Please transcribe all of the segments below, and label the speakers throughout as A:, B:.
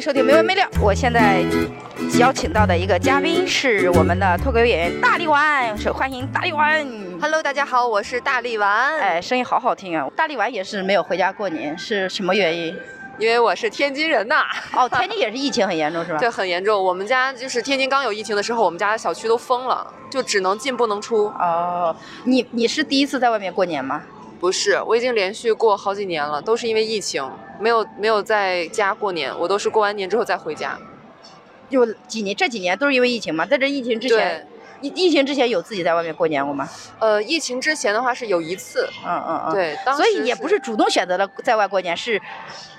A: 收听没完没了。我现在邀请到的一个嘉宾是我们的脱口秀演员大力丸，首欢迎大力丸。
B: Hello，大家好，我是大力丸。
A: 哎，声音好好听啊！大力丸也是没有回家过年，是什么原因？
B: 因为我是天津人 呐、
A: 哦，天津也是疫情很严重是吧？
B: 对，很严重。我们家就是天津刚有疫情的时候，我们家小区都封了，就只能进不能出。
A: 哦，你你是第一次在外面过年吗？
B: 不是，我已经连续过好几年了，都是因为疫情，没有没有在家过年，我都是过完年之后再回家。
A: 就几年这几年都是因为疫情嘛，在这疫情之前，疫疫情之前有自己在外面过年过吗？
B: 呃，疫情之前的话是有一次，
A: 嗯嗯嗯，，
B: 对，当时
A: 所以也不是主动选择了在外过年，是啊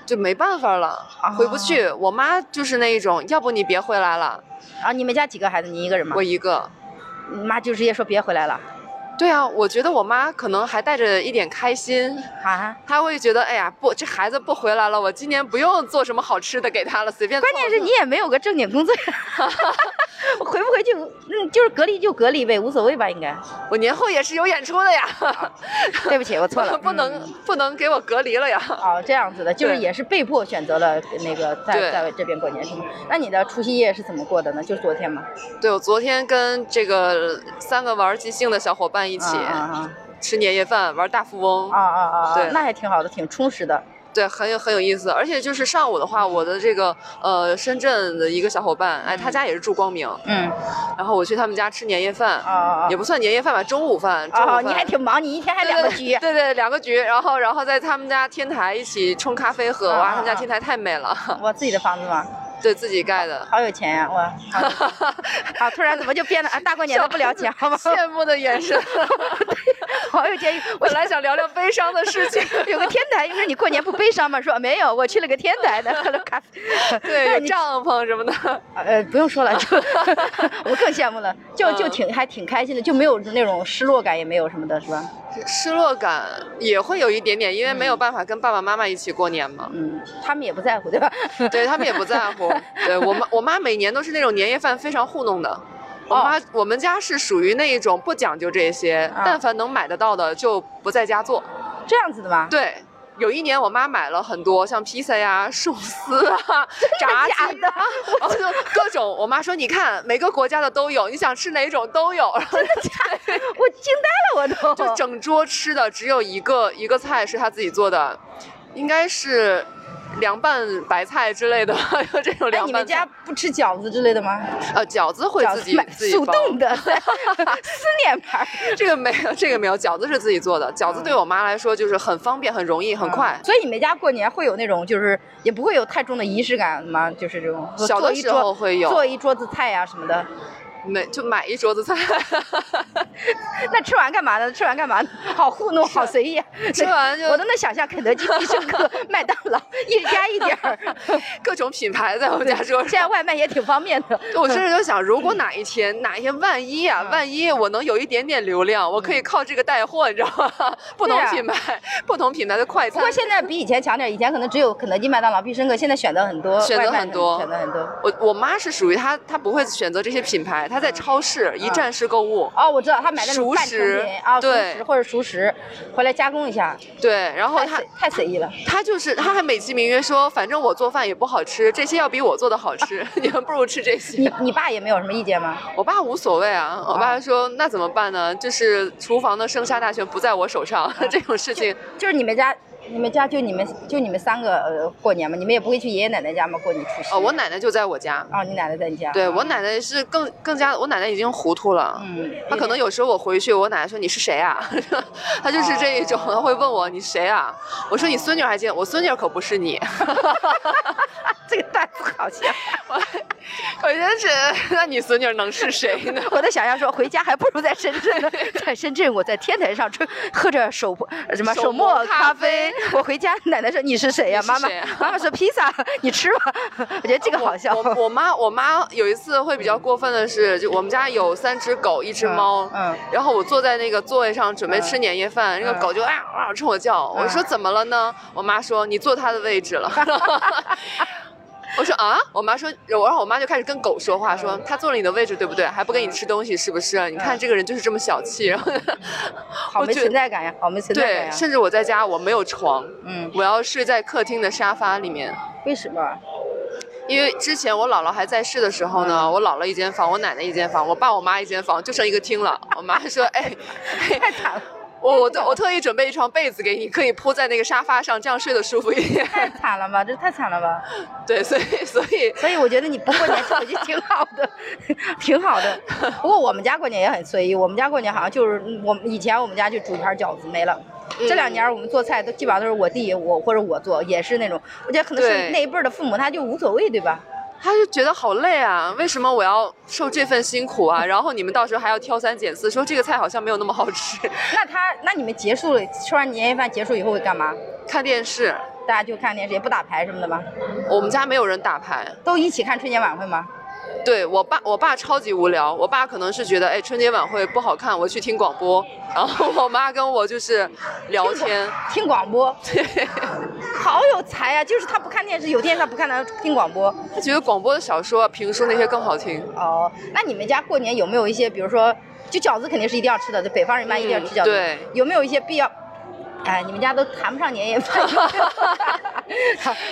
B: 就没办法了，回不去。我妈就是那一种，要不你别回来了，
A: 啊。你们家几个孩子？你一个人吗
B: 我？一个。
A: 你妈就直接说别回来了
B: 对啊，我觉得我妈可能还带着一点开心，
A: 啊。
B: 她会觉得，哎呀，不，这孩子不回来了，我今年不用做什么好吃的给他了，随便做。
A: 关键是你也没有个正经工作， 回不回去，嗯，就是隔离就隔离呗，无所谓吧，应该。
B: 我年后也是有演出的呀，
A: 对不起，我 错了，
B: 不能、
A: 嗯
B: 不能给我隔离了呀。
A: 哦，这样子的，就是
B: 对
A: 也是被迫选择了那个在
B: 对
A: 在这边过年是吗？那你的除夕夜是怎么过的呢？就是昨天吗？
B: 对，我昨天跟这个三个玩即兴的小伙伴一
A: 一
B: 起
A: 啊
B: 吃年夜饭，玩大富翁，
A: 啊啊啊啊！
B: 对
A: 那还挺好的，挺充实的。
B: 对，很有很有意思。而且就是上午的话，我的这个呃深圳的一个小伙伴，哎，他家也是住光明，
A: 嗯
B: 然后我去他们家吃年夜饭，
A: 啊啊啊
B: 也！不算年夜饭吧，中午饭，中午
A: 哦，
B: 饭。
A: 你还挺忙，你一天还两个局
B: 对。对对，两个局，然后然后在他们家天台一起冲咖啡喝，
A: 啊
B: 哇，
A: 啊
B: 他们家
A: 啊
B: 天台太美了，
A: 我自己的房子吗？
B: 对自己 盖的，
A: 好有钱 呀、我好有钱啊！突然怎么就变得啊？大过年的不聊钱，好 吗？
B: 羡慕的眼神。
A: 好有钱，我
B: 本来想聊聊悲伤的事 情，
A: 有个天台，因为你过年不悲伤吗？说没有，我去了个天台的，喝了咖啡。
B: 对，有
A: 你
B: 帐篷什么 的，
A: 呃，不用说了，就我更羡慕了，就
B: 嗯
A: 就挺还挺开心的，就没有那种失落感，也没有什么的，是吧？
B: 失落感也会有一点点，因为没有办法跟爸爸妈妈一起过年 嘛。
A: 嗯，他们也不在乎，对吧？
B: 对他们也不在乎。 对我妈，我妈每年都是那种年夜饭非常糊弄的。
A: 哦
B: 我妈，我们家是属于那一种不讲究这些，
A: 啊
B: 但凡能买得到的就不在家做。
A: 这样子的吗？
B: 对，有一年我妈买了很多，像鸡萨呀、寿司啊、炸
A: 假
B: 鸡
A: 的
B: 啊，然后就各种。我妈说：“你看，每个国家的都有，你想吃哪种都有。”然后
A: 我惊呆了，我都。
B: 就整桌吃的只有一个一个菜是她自己做的，应该是凉拌白菜之类的，有这种
A: 哎，
B: 凉拌菜。
A: 你们家不吃饺子之类的吗？
B: 呃，饺子会
A: 饺
B: 自
A: 子
B: 己
A: 买
B: 自己
A: 速
B: 包
A: 冻 的， 撕面盘儿，
B: 这个没有，这个没有，饺子是自己做的。饺子对我妈来说就是很方便、很容易、很快
A: 嗯。所以你们家过年会有那种，就是也不会有太重的仪式感吗？就是这种
B: 小
A: 做
B: 的
A: 一
B: 时
A: 桌
B: 候会有
A: 做，一桌子菜呀、什么的。
B: 没就买一桌子菜，
A: 那吃完干嘛呢？吃完干嘛呢？ 好糊弄，好随意。
B: 啊吃完
A: 我
B: 就
A: 都能想象肯德基、必胜 客、麦当劳一加一点儿。
B: 各种品牌在我们家桌
A: 现在
B: 上。
A: 外卖也挺方便的。
B: 我 甚至就想，如果哪一天，哪一天万一啊，
A: 嗯
B: 万一我能有一点点流量，我可以靠这个带货，你知道吗？ 不同
A: 对啊
B: 品牌，不同品牌的快
A: 不
B: 餐
A: 过。现在比以前强点儿，以前可能只有肯德基、麦当劳、必胜客，现在选择很多，
B: 选择
A: 外卖
B: 很多
A: 选择很多。
B: 我我妈是属于她，她不会选择这些品牌，她在超市一站式购物。
A: 哦，我知道他买那种
B: 熟
A: 半成
B: 食
A: 品啊，熟
B: 对
A: 食或者熟食，回来加工一下，
B: 对，然后
A: 太
B: 她
A: 随太随意了。
B: 他就是，他还美其名曰说，反正我做饭也不好吃，这些要比我做的好 吃，你们不如吃这
A: 你
B: 些。
A: 你爸也没有什么意见吗？
B: 我爸无所谓啊，我爸说那怎么办呢？就是厨房的剩下大权不在我手上， 这种事情
A: 就是你们家，你们家就你们就你们三个呃过年嘛，你们也不会去爷爷奶奶家吗？过年除夕？
B: 呃，我奶奶就在我家，
A: 哦，你奶奶在你家？
B: 对我奶奶是更更加，我奶奶已经糊涂了。
A: 嗯，
B: 她可能有时候我回去，我奶奶说你是谁啊？ 她就是这一种，
A: 哦
B: 她会问我你谁啊？我说你孙女还记得？我孙女可不是你。
A: 这个段子好笑。
B: 我觉得这，那你孙女能是谁呢？
A: 我在想象说，回家还不如在深圳呢，在深圳我在天台上吹，喝着手什么
B: 手
A: 手磨
B: 磨
A: 咖
B: 咖
A: 啡
B: 啡。
A: 我回家，奶奶说你是谁呀、
B: 你是
A: 妈妈
B: 谁啊，
A: 妈妈说披萨，你吃吧。 我觉 得这个好笑。
B: 我我我妈我妈有一次会比较过分的是，就我们家有三只狗，一只猫。
A: 嗯，
B: 然后我坐在那个座位上准备吃年夜饭，那个狗就啊啊冲我叫，我说怎么了呢？我妈说你坐它的位置了。 我说啊，我妈说，我让我妈就开始跟狗说话，说它坐了你的位置对不对？还不给你吃东西是不是？你看这个人就是这么小气。然后
A: 好
B: 我
A: 没
B: 觉
A: 存在感呀，好没存在感
B: 对，
A: 呀。
B: 甚至我在家我没有床，
A: 嗯，
B: 我要睡在客厅的沙发里面，
A: 为什么？
B: 因因为之前我姥姥还在世的时候呢，我姥姥一间房，我奶奶一间房，我爸我妈一间房，就剩一个厅了。我妈说：“哎，
A: 太惨了，
B: 我我特我特意准备一床被子给你，可以铺在那个沙发上，这样睡得舒服一点。
A: 太惨了吧，这太惨了吧。”
B: 对，所以所以
A: 所以我觉得你不过年回去挺好的， 挺好的。不过我们家过年也很随意，我们家过年好像就是嗯我们以前我们家就煮一盘饺子没了。这两年我们做菜都基本上都是我弟我或者我做，也是那种，我觉得可能是
B: 对
A: 那一辈儿的父母他就无所谓，对吧？
B: 他就觉得好累啊，为什么我要受这份辛苦啊？然后你们到时候还要挑三拣四，说这个菜好像没有那么好吃。
A: 那他那你们结束了吃完年夜饭结束以后会干嘛？
B: 看电视，
A: 大家就看电视，也不打牌什么的吗？
B: 我们家没有人打牌。
A: 都一起看春节晚会吗？
B: 对我爸，我爸超级无聊。我爸可能是觉得，哎，春节晚会不好看，我去听广播。然后我妈跟我就是聊天，
A: 听广播，
B: 对，
A: 好有才啊！就是他不看电视，有电视他不看，他听广播。
B: 他觉得广播的小说、啊评书那些更好听。
A: 哦，那你们家过年有没有一些，比如说，就饺子肯定是一定要吃的，就北方人嘛一定要吃饺子。
B: 嗯对
A: 有没有一些必要？哎，你们家都谈不上年夜 饭，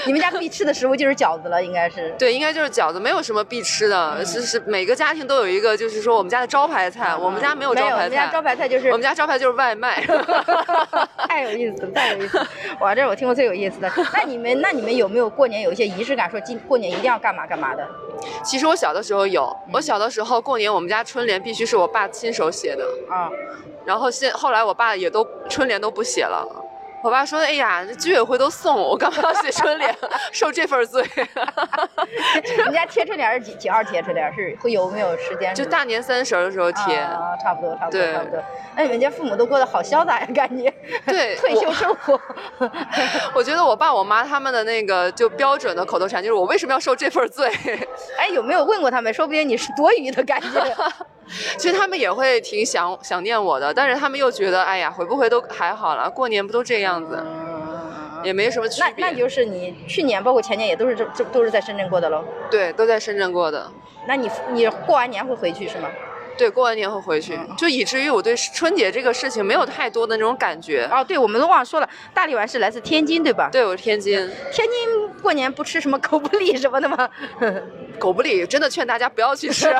A: 你们家必吃的食物就是饺子了，应该是。
B: 对，应该就是饺子，没有什么必吃
A: 嗯
B: 的，是是每个家庭都有一个，就是说我们家的招牌菜。我们家没有招
A: 没有，我
B: 牌
A: 们家
B: 菜，
A: 招牌菜就是
B: 我们家招牌就是外卖。
A: 太有意思了，太有意思了！哇，这是我听过最有意 思的。那你们，那你们有没有过年有一些仪式感？说今过年一定要干嘛干嘛的？
B: 其实我小的时候有，
A: 嗯
B: 我小的时候过年我们家春联必须是我爸亲手写的，
A: 啊、
B: 然后现后来我爸也都春联都不写了。我爸说：“哎呀，这居委会都送我，我干嘛要写春联， 受这份罪？
A: 你们家贴春联是几几号贴春联？是会有没有时间？
B: 就大年三十儿的时候贴。
A: 啊，差不多，差不多，
B: 对
A: 差不多。那你们家父母都过得好潇洒呀，感觉。
B: 对
A: 退休生活。
B: 我觉得我爸我妈他们的那个就标准的口头禅就是我为什么要受这份罪？
A: 哎，有没有问过他们？说不定你是多余的感觉。
B: 其实他们也会挺想想念我的，但是他们又觉得哎呀，回不回都还好了，过年不都这样子，也没什么区
A: 那
B: 别。
A: 那就是你去年包括前年也都是这这都是在深圳过的喽。
B: 对，都在深圳过的。
A: 那你你过完年会回去是吗？
B: 对，过完年会回去，
A: 嗯
B: 就以至于我对春节这个事情没有太多的那种感觉。
A: 哦，对，我们都忘了说了，大力丸是来自天津对吧？
B: 对，我是天津
A: 天津过年不吃什么狗不理什么的吗？
B: 狗不理，真的劝大家不要去吃。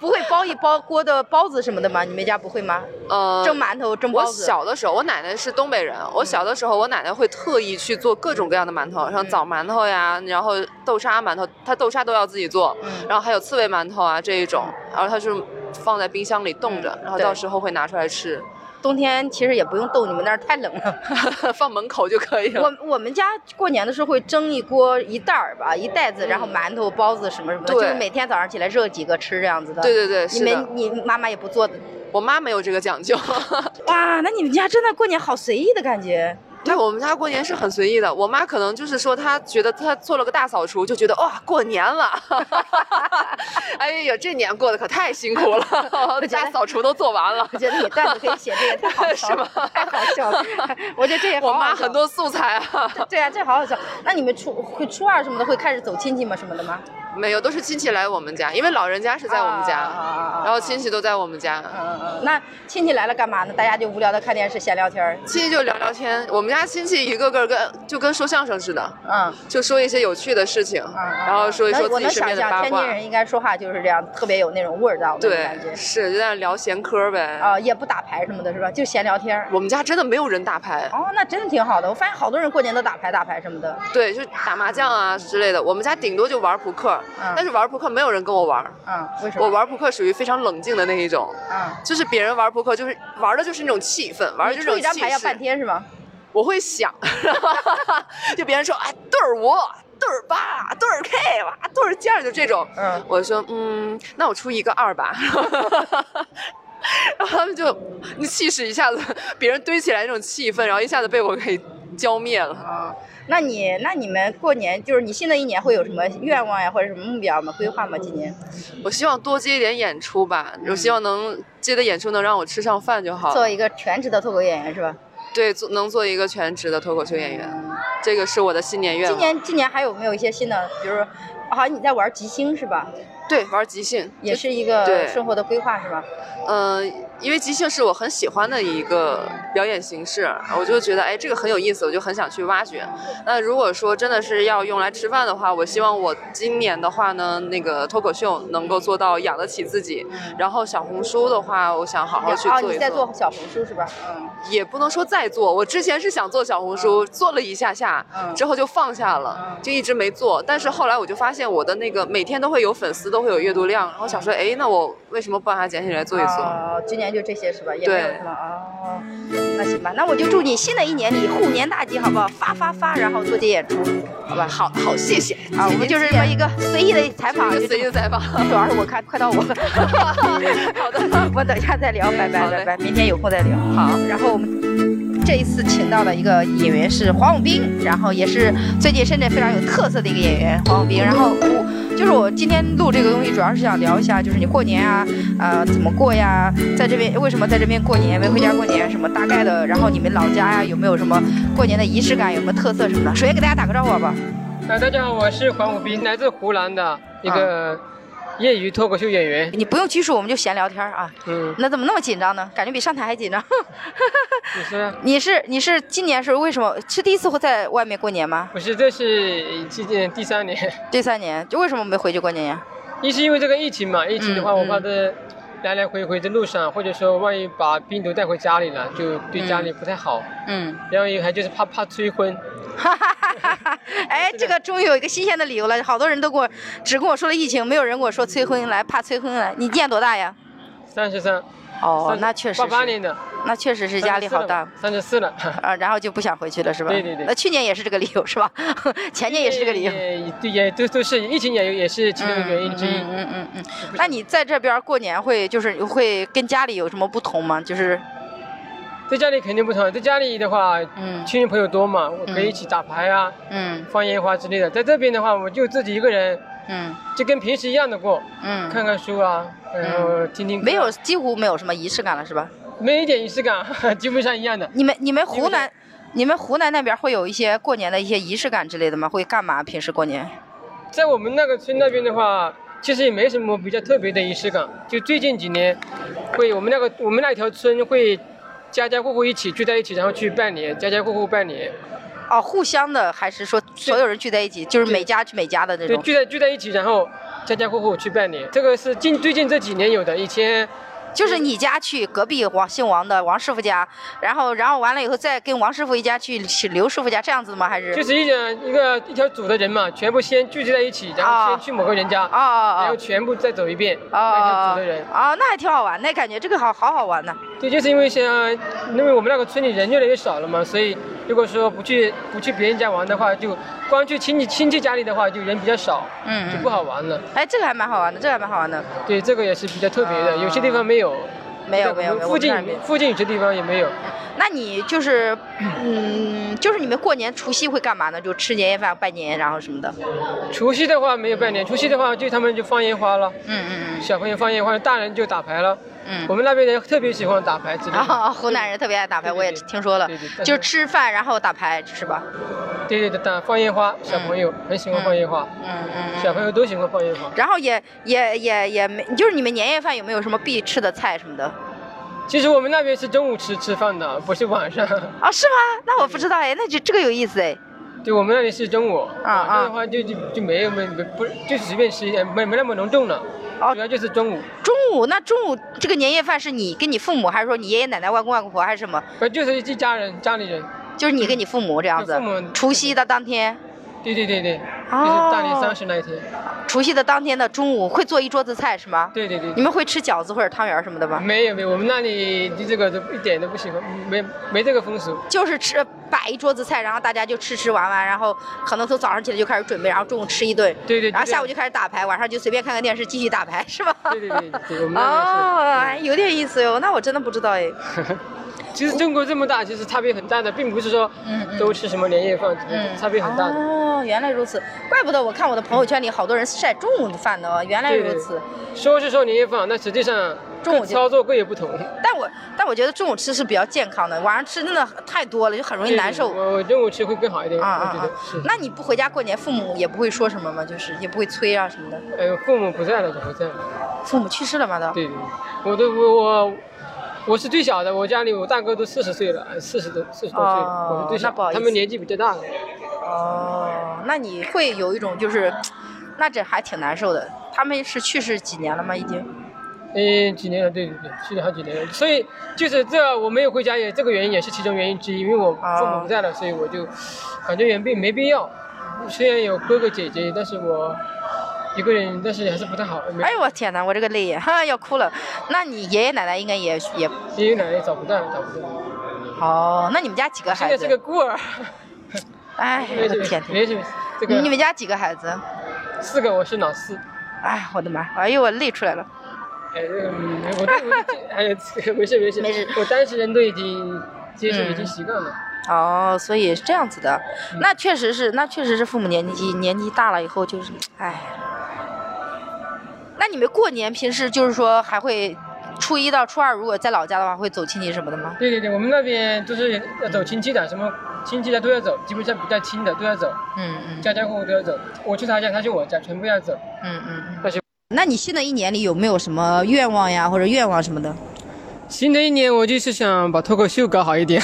A: 不会包一包锅的包子什么的吗？你们家不会吗？
B: 呃，
A: 蒸馒头、蒸
B: 我
A: 包子。
B: 小的时候，我奶奶是东北人，我小的时候，我奶奶会特意去做各种各样的馒头，
A: 嗯
B: 像枣馒头呀，然后豆沙馒头，她豆沙都要自己做，
A: 嗯
B: 然后还有刺猬馒头啊这一种，然后她是放在冰箱里冻着，
A: 嗯
B: 然后
A: 对
B: 到时候会拿出来吃，
A: 冬天其实也不用冻，你们那儿太冷了。
B: 放门口就可以了。
A: 我我们家过年的时候会蒸一锅一袋儿吧，一袋子，然后馒头、包子什么什么的，就
B: 对
A: 是每天早上起来热几个吃这样子的。
B: 对。对对，
A: 你
B: 是的
A: 们，你妈妈也不做的，
B: 我妈没有这个讲究。
A: 哇，那你们家真的过年好随意的感觉。
B: 对我们家过年是很随意的，我妈可能就是说她觉得她做了个大扫除，就觉得哇过年了， 哎呀这年过得可太辛苦了，
A: 觉得
B: 大扫除都做完了
A: 我。觉得你段子可以写这个，太好笑 了，太好笑了。我觉得这也好
B: 我
A: 好
B: 妈
A: 笑
B: 很多素材啊，
A: 对啊，这好好笑。那你们初会初二什么的会开始走亲戚吗？什么的吗？
B: 没有都是亲戚来我们家，因为老人家是在我们家，
A: 啊啊啊啊啊
B: 然后亲戚都在我们家，
A: 嗯嗯嗯。那亲戚来了干嘛呢？大家就无聊的看电视、闲聊天儿。
B: 亲戚就聊聊天。我们家亲戚一个个跟就跟说相声似的，
A: 嗯。
B: 就说一些有趣的事情，
A: 嗯嗯
B: 然后说一
A: 那
B: 说
A: 我
B: 自己
A: 能
B: 身
A: 想
B: 边的
A: 象
B: 八
A: 天
B: 卦
A: 津，人应该说话就是这样，特别有那种味儿道那种
B: 对
A: 感觉，。
B: 是就在那聊闲嗑呗。
A: 啊、也不打牌什么的，是吧？就闲聊天儿。
B: 我们家真的没有人打牌，
A: 哦，那真的挺好的。我发现好多人过年都打牌、打牌什么的。
B: 对，就打麻将啊之类的。我们家顶多就玩扑克，
A: 嗯
B: 但是玩扑克没有人跟我玩。
A: 嗯，为什么？
B: 我玩扑克属于非常冷静的那一种，
A: 嗯。
B: 就是别人玩扑克就是玩的就是那种气氛，玩的
A: 你
B: 就是
A: 出
B: 那
A: 一
B: 种
A: 张
B: 气
A: 牌要半
B: 势。
A: 天是吗？
B: 我会想， 就别人说哎对儿五对儿八对儿 K 哇对儿尖儿就这种，
A: 嗯
B: 我说嗯，那我出一个二吧。 然后他们就那气势一下子，别人堆起来那种气氛，然后一下子被我给浇灭了。
A: 啊、那你那你们过年就是你新的一年会有什么愿望呀，或者什么目标吗？规划吗？今年
B: 我希望多接一点演出吧，我希望能接的演出能让我吃上饭就好。
A: 做一个全职的脱口演员是吧？嗯
B: 对，做能做一个全职的脱口秀演员，这个是我的新年愿
A: 今
B: 望。
A: 年今年还有没有一些新的？比如说，好像你在玩即兴是吧？
B: 对玩即兴
A: 也，是一个
B: 对
A: 生活的规划是吧？
B: 嗯、因为即兴是我很喜欢的一个表演形式，我就觉得哎这个很有意思，我就很想去挖掘。那如果说真的是要用来吃饭的话，我希望我今年的话呢，那个脱口秀能够做到养得起自己，然后小红书的话，我想好好去
A: 哦，
B: 做
A: 你
B: 一
A: 在做小红书是吧？嗯，
B: 也不能说再做，我之前是想做小红书，做了一下下，
A: 嗯
B: 之后就放下了，就一直没做。但是后来我就发现我的那个每天都会有粉丝，都会有阅读量，然后想说，哎，那我为什么不把它捡起来做一做？
A: 哦，今年就这些是吧？也没有
B: 对
A: 什么哦。那行吧，那我就祝你新的一年里虎年大吉，好不好？发发发，然后做接演出
B: 好吧，好好，谢谢
A: 啊！我们就是这么一个随意的采访，就
B: 随意
A: 这
B: 的
A: 么
B: 采访。
A: 主要是我看快到我了，
B: 好的，
A: 我等一下再聊，拜拜
B: 好嘞
A: 拜拜，明天有空再聊。
B: 好。
A: 然后我们这一次请到的一个演员是黄永斌，然后也是最近深圳非常有特色的一个演员黄永斌。然后我就是我今天录这个东西，主要是想聊一下，就是你过年啊，呃，怎么过呀？在这边为什么在这边过年？没回家过年什么大概的？然后你们老家呀有没有什么过年的仪式感？有没有特色什么的？首先给大家打个招呼好吧。
C: 啊，大家好，我是黄武斌，来自湖南的一个
A: 啊
C: 业余脱口秀演员。
A: 你不用拘束，我们就闲聊天儿啊。
C: 嗯，
A: 那怎么那么紧张呢？感觉比上台还紧张。
C: 你是？
A: 你是你是今年是为什么是第一次会在外面过年吗？
C: 不是，这是今年第三年，
A: 这三年就为什么没回去过年呀？
C: 一是因为这个疫情嘛，疫情的话，
A: 嗯
C: 我怕这来来回回的路上，或者说万一把病毒带回家里了，就对家里不太好。
A: 嗯，
C: 然后一个还就是怕怕催婚，
A: 哈哈哈哈！ 哎，这个终于有一个新鲜的理由了。好多人都跟我只跟我说了疫情，没有人跟我说催婚来，怕催婚来。你今年多大呀？
C: 三十三。
A: 哦，那确实
C: 八八
A: 是，
C: 年的，
A: 那确实是压力好大。
C: 三十四了。
A: 啊，然后就不想回去了，是吧？
C: 对对对
A: 那去年也是这个理由，是吧？ 前 年也是这个理由。
C: 也也也都都是疫情也也是其中一个原因之一。
A: 嗯嗯嗯嗯。嗯那你在这边过年会就是会跟家里有什么不同吗？就是
C: 在家里肯定不同，在家里的话，
A: 嗯
C: 亲戚朋友多嘛，我可以一起打牌啊，
A: 嗯
C: 放烟花之类的。在这边的话，我就自己一个人，
A: 嗯
C: 就跟平时一样的过，
A: 嗯，
C: 看看书啊，然后听听歌啊
A: 没有几乎没有什么仪式感了，是吧？
C: 没有一点仪式感， 基本上一样的。
A: 你们你们
C: 因
A: 湖
C: 为
A: 南，你们湖南那边会有一些过年的一些仪式感之类的吗？会干嘛？平时过年？
C: 在我们那个村那边的话，其实也没什么比较特别的仪式感，就最近几年会我们那个我们那条村会家家户户一起聚在一起，然后去拜年，家家户户拜年，
A: 哦，互相的，还是说所有人聚在一起，就是每家去每家的那
C: 对，
A: 种？
C: 聚在聚在一起，然后家家户户去拜年，这个是近最近这几年有的，以前。
A: 就是你家去隔壁王姓王的王师傅家，然后然后完了以后再跟王师傅一家去刘师傅家，这样子吗？还是？
C: 就是一人一个一条组的人嘛，全部先聚集在一起，然后
A: 啊
C: 先去某个人家，
A: 哦哦
C: 然后
A: 哦。
C: 全部再走一遍，
A: 哦
C: 那一条组的
A: 哦
C: 人。
A: 哦，那还挺好玩，那感觉这个好好好玩呢。
C: 对，就是因为现在，因为我们那个村里人越来越少了嘛，所以如果说不去不去别人家玩的话，就光去亲戚亲戚家里的话，就人比较少，就
A: 嗯嗯。
C: 不好玩了。
A: 哎，这个还蛮好玩的，这个还蛮好玩的。
C: 对，这个也是比较特别的，
A: 啊
C: 有些地方没有。
A: 没有
C: 就
A: 没
C: 在
A: 有没
C: 我们
A: 有，
C: 附近
A: 我们那儿没有
C: 附近有些地方也没有。
A: 那你就是，嗯，就是你们过年除夕会干嘛呢？就吃年夜饭、拜年，然后什么的。
C: 除夕的话没有拜年，除夕的话就他们就放烟花了，
A: 嗯嗯
C: 小朋友放烟花，大人就打牌了。
A: 嗯
C: 我
A: 嗯。
C: 们那边人特别喜欢打牌之类
A: 然
C: 的。
A: 后哦湖南人特别爱打牌，
C: 对对
A: 我也
C: 对
A: 听说了
C: 对对，但是
A: 就是吃饭然后打牌是吧？
C: 对对对，打放烟花，小朋友很喜欢放烟花，
A: 嗯嗯。
C: 小朋友都喜欢放烟花。
A: 然后也也也也没，就是你们年夜饭有没有什么必吃的菜什么的？
C: 其实我们那边是中午吃吃饭的，不是晚上。
A: 哦，是吗？那我不知道哎，那就这个有意思哎。
C: 对，我们那里是中午，
A: 啊
C: 晚上的话就就就没有没没不就随便吃一点，没没那么隆重了。
A: 哦
C: 主要就是中午，
A: 中午那中午这个年夜饭是你跟你父母，还是说你爷爷奶奶、外公外婆，还是什么？
C: 呃，就是一家人家里人。
A: 就是你跟你父母这样子
C: 跟父母。
A: 除夕的当天，
C: 对对对对，就
A: 哦
C: 是大年三十那一天。
A: 除夕的当天的中午会做一桌子菜是吗？
C: 对对对
A: 你。们会吃饺子或者汤圆儿什么的吗？
C: 没有没有，我们那里这个都一点都不喜欢，没没这个风俗。
A: 就是吃摆一桌子菜，然后大家就吃吃玩玩，然后可能从早上起来就开始准备，然后中午吃一顿，
C: 对对。
A: 然后啊下午
C: 就
A: 就开始打牌，晚上就随便看看电视，继续打牌，是吧？
C: 这样。对对对对，我们那
A: 哦，哎有点意思哟，那我真的不知道哎。
C: 边是。其实中国这么大，其实差别很大的，并不是说
A: 嗯嗯
C: 都吃什么年夜饭，差别很大的。
A: 哦，原来如此，怪不得我看我的朋友圈里好多人晒中午的饭呢，哦原来如此。
C: 说是说年夜饭，那实际上
A: 中午就
C: 操作各有不同。
A: 但我但我觉得中午吃是比较健康的，晚上吃真的太多了，就很容易难受。
C: 我我中午吃会更好一点，
A: 啊
C: 我
A: 啊
C: 觉
A: 啊
C: 得是！。
A: 那你不回家过年，父母也不会说什么吗？就是也不会催啊什么的。
C: 哎呃，父母不在了就不在了。
A: 父母去世了吗？都。
C: 对，我都我我我是最小的，我家里我大哥都四十岁了，四十多四十多岁，
A: 哦
C: 我是最小
A: 那不好意
C: 的，
A: 思
C: 他们年纪比较大了。
A: 哦，那你会有一种就是，那这还挺难受的。他们是去世几年了吗？已经？
C: 嗯，几年了，对对对，去了好几年了。所以就是这我没有回家也这个原因也是其中原因之一，因为我父母不在了，所以我就感觉也没没必要。虽然有哥哥姐姐，但是我一个人，但是还是不太好。没
A: 哎呦我天哪，我这个泪眼哈要哭了。那你爷爷奶奶应该也也
C: 爷爷奶奶找不到，找不到。
A: 哦，那你们家几个
C: 现
A: 孩
C: 在是个
A: 子？
C: 孤儿。
A: 哎，我
C: 没事
A: 的天，
C: 没事，这
A: 你你
C: 个
A: 们家几个孩子？
C: 四个我是老四。
A: 哎，我的妈！哎呦，我泪出来了。
C: 哎，嗯我对我这哎呀，这个没事没事
A: 没事，
C: 我当事人都已经接受，
A: 嗯
C: 已经习惯了。
A: 哦，所以是这样子的，那确实是，那确实是父母年纪年纪大了以后就是，哎，那你们过年平时就是说还会初一到初二，如果在老家的话，会走亲戚什么的吗？
C: 对对对，我们那边都是要走亲戚的，什么亲戚的都要走，基本上比较亲的都要走，
A: 嗯嗯
C: 家家户户都要走。我去他家，他去我家，全部要走。
A: 嗯嗯
C: 但是
A: 那你新的一年里有没有什么愿望呀，或者愿望什么的？
C: 新的一年我就是想把脱口秀搞好一点。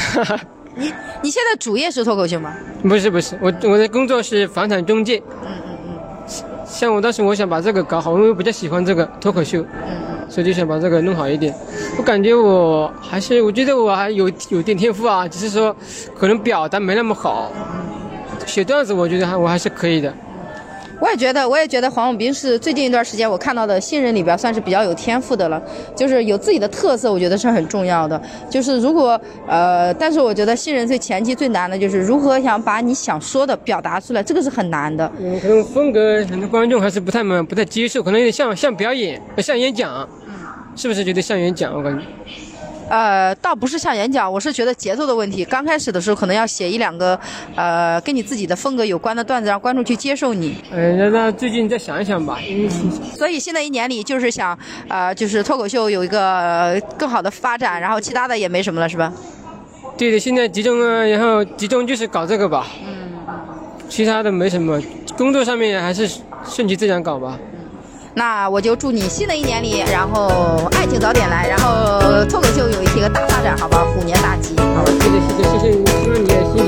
A: 你你现在主业是脱口秀吗？
C: 不是不是，我我的工作是房产中介，
A: 嗯嗯
C: 像我当时我想把这个搞好，因为我比较喜欢这个脱口秀，
A: 嗯嗯
C: 所以就想把这个弄好一点。我感觉我还是，我觉得我还有有点天赋啊，只是说可能表达没那么好。写段子我觉得还我还是可以的。
A: 嗯，我也觉得，我也觉得黄永斌是最近一段时间我看到的新人里边算是比较有天赋的了，就是有自己的特色，我觉得是很重要的。就是如果呃，但是我觉得新人最前期最难的就是如何想把你想说的表达出来，这个是很难的。
C: 嗯，可能风格可能观众还是不太嘛不太接受，可能有点像像表演，呃像演讲，是不是觉得像演讲？我感觉
A: 呃，倒不是像演讲，我是觉得节奏的问题。刚开始的时候可能要写一两个，呃，跟你自己的风格有关的段子，让观众去接受你。
C: 呃，那那最近再想一想吧，因为
A: 所以新的一年里就是想，呃，就是脱口秀有一个呃更好的发展，然后其他的也没什么了，是吧？
C: 对的，现在集中啊，然后集中就是搞这个吧，其他的没什么，工作上面还是顺其自然搞吧。
A: 那我就祝你新的一年里，然后爱情早点来，呃然后脱口秀有一个大发展，好吧？虎年大吉。
C: 好，谢谢谢谢谢谢，希望你也辛苦。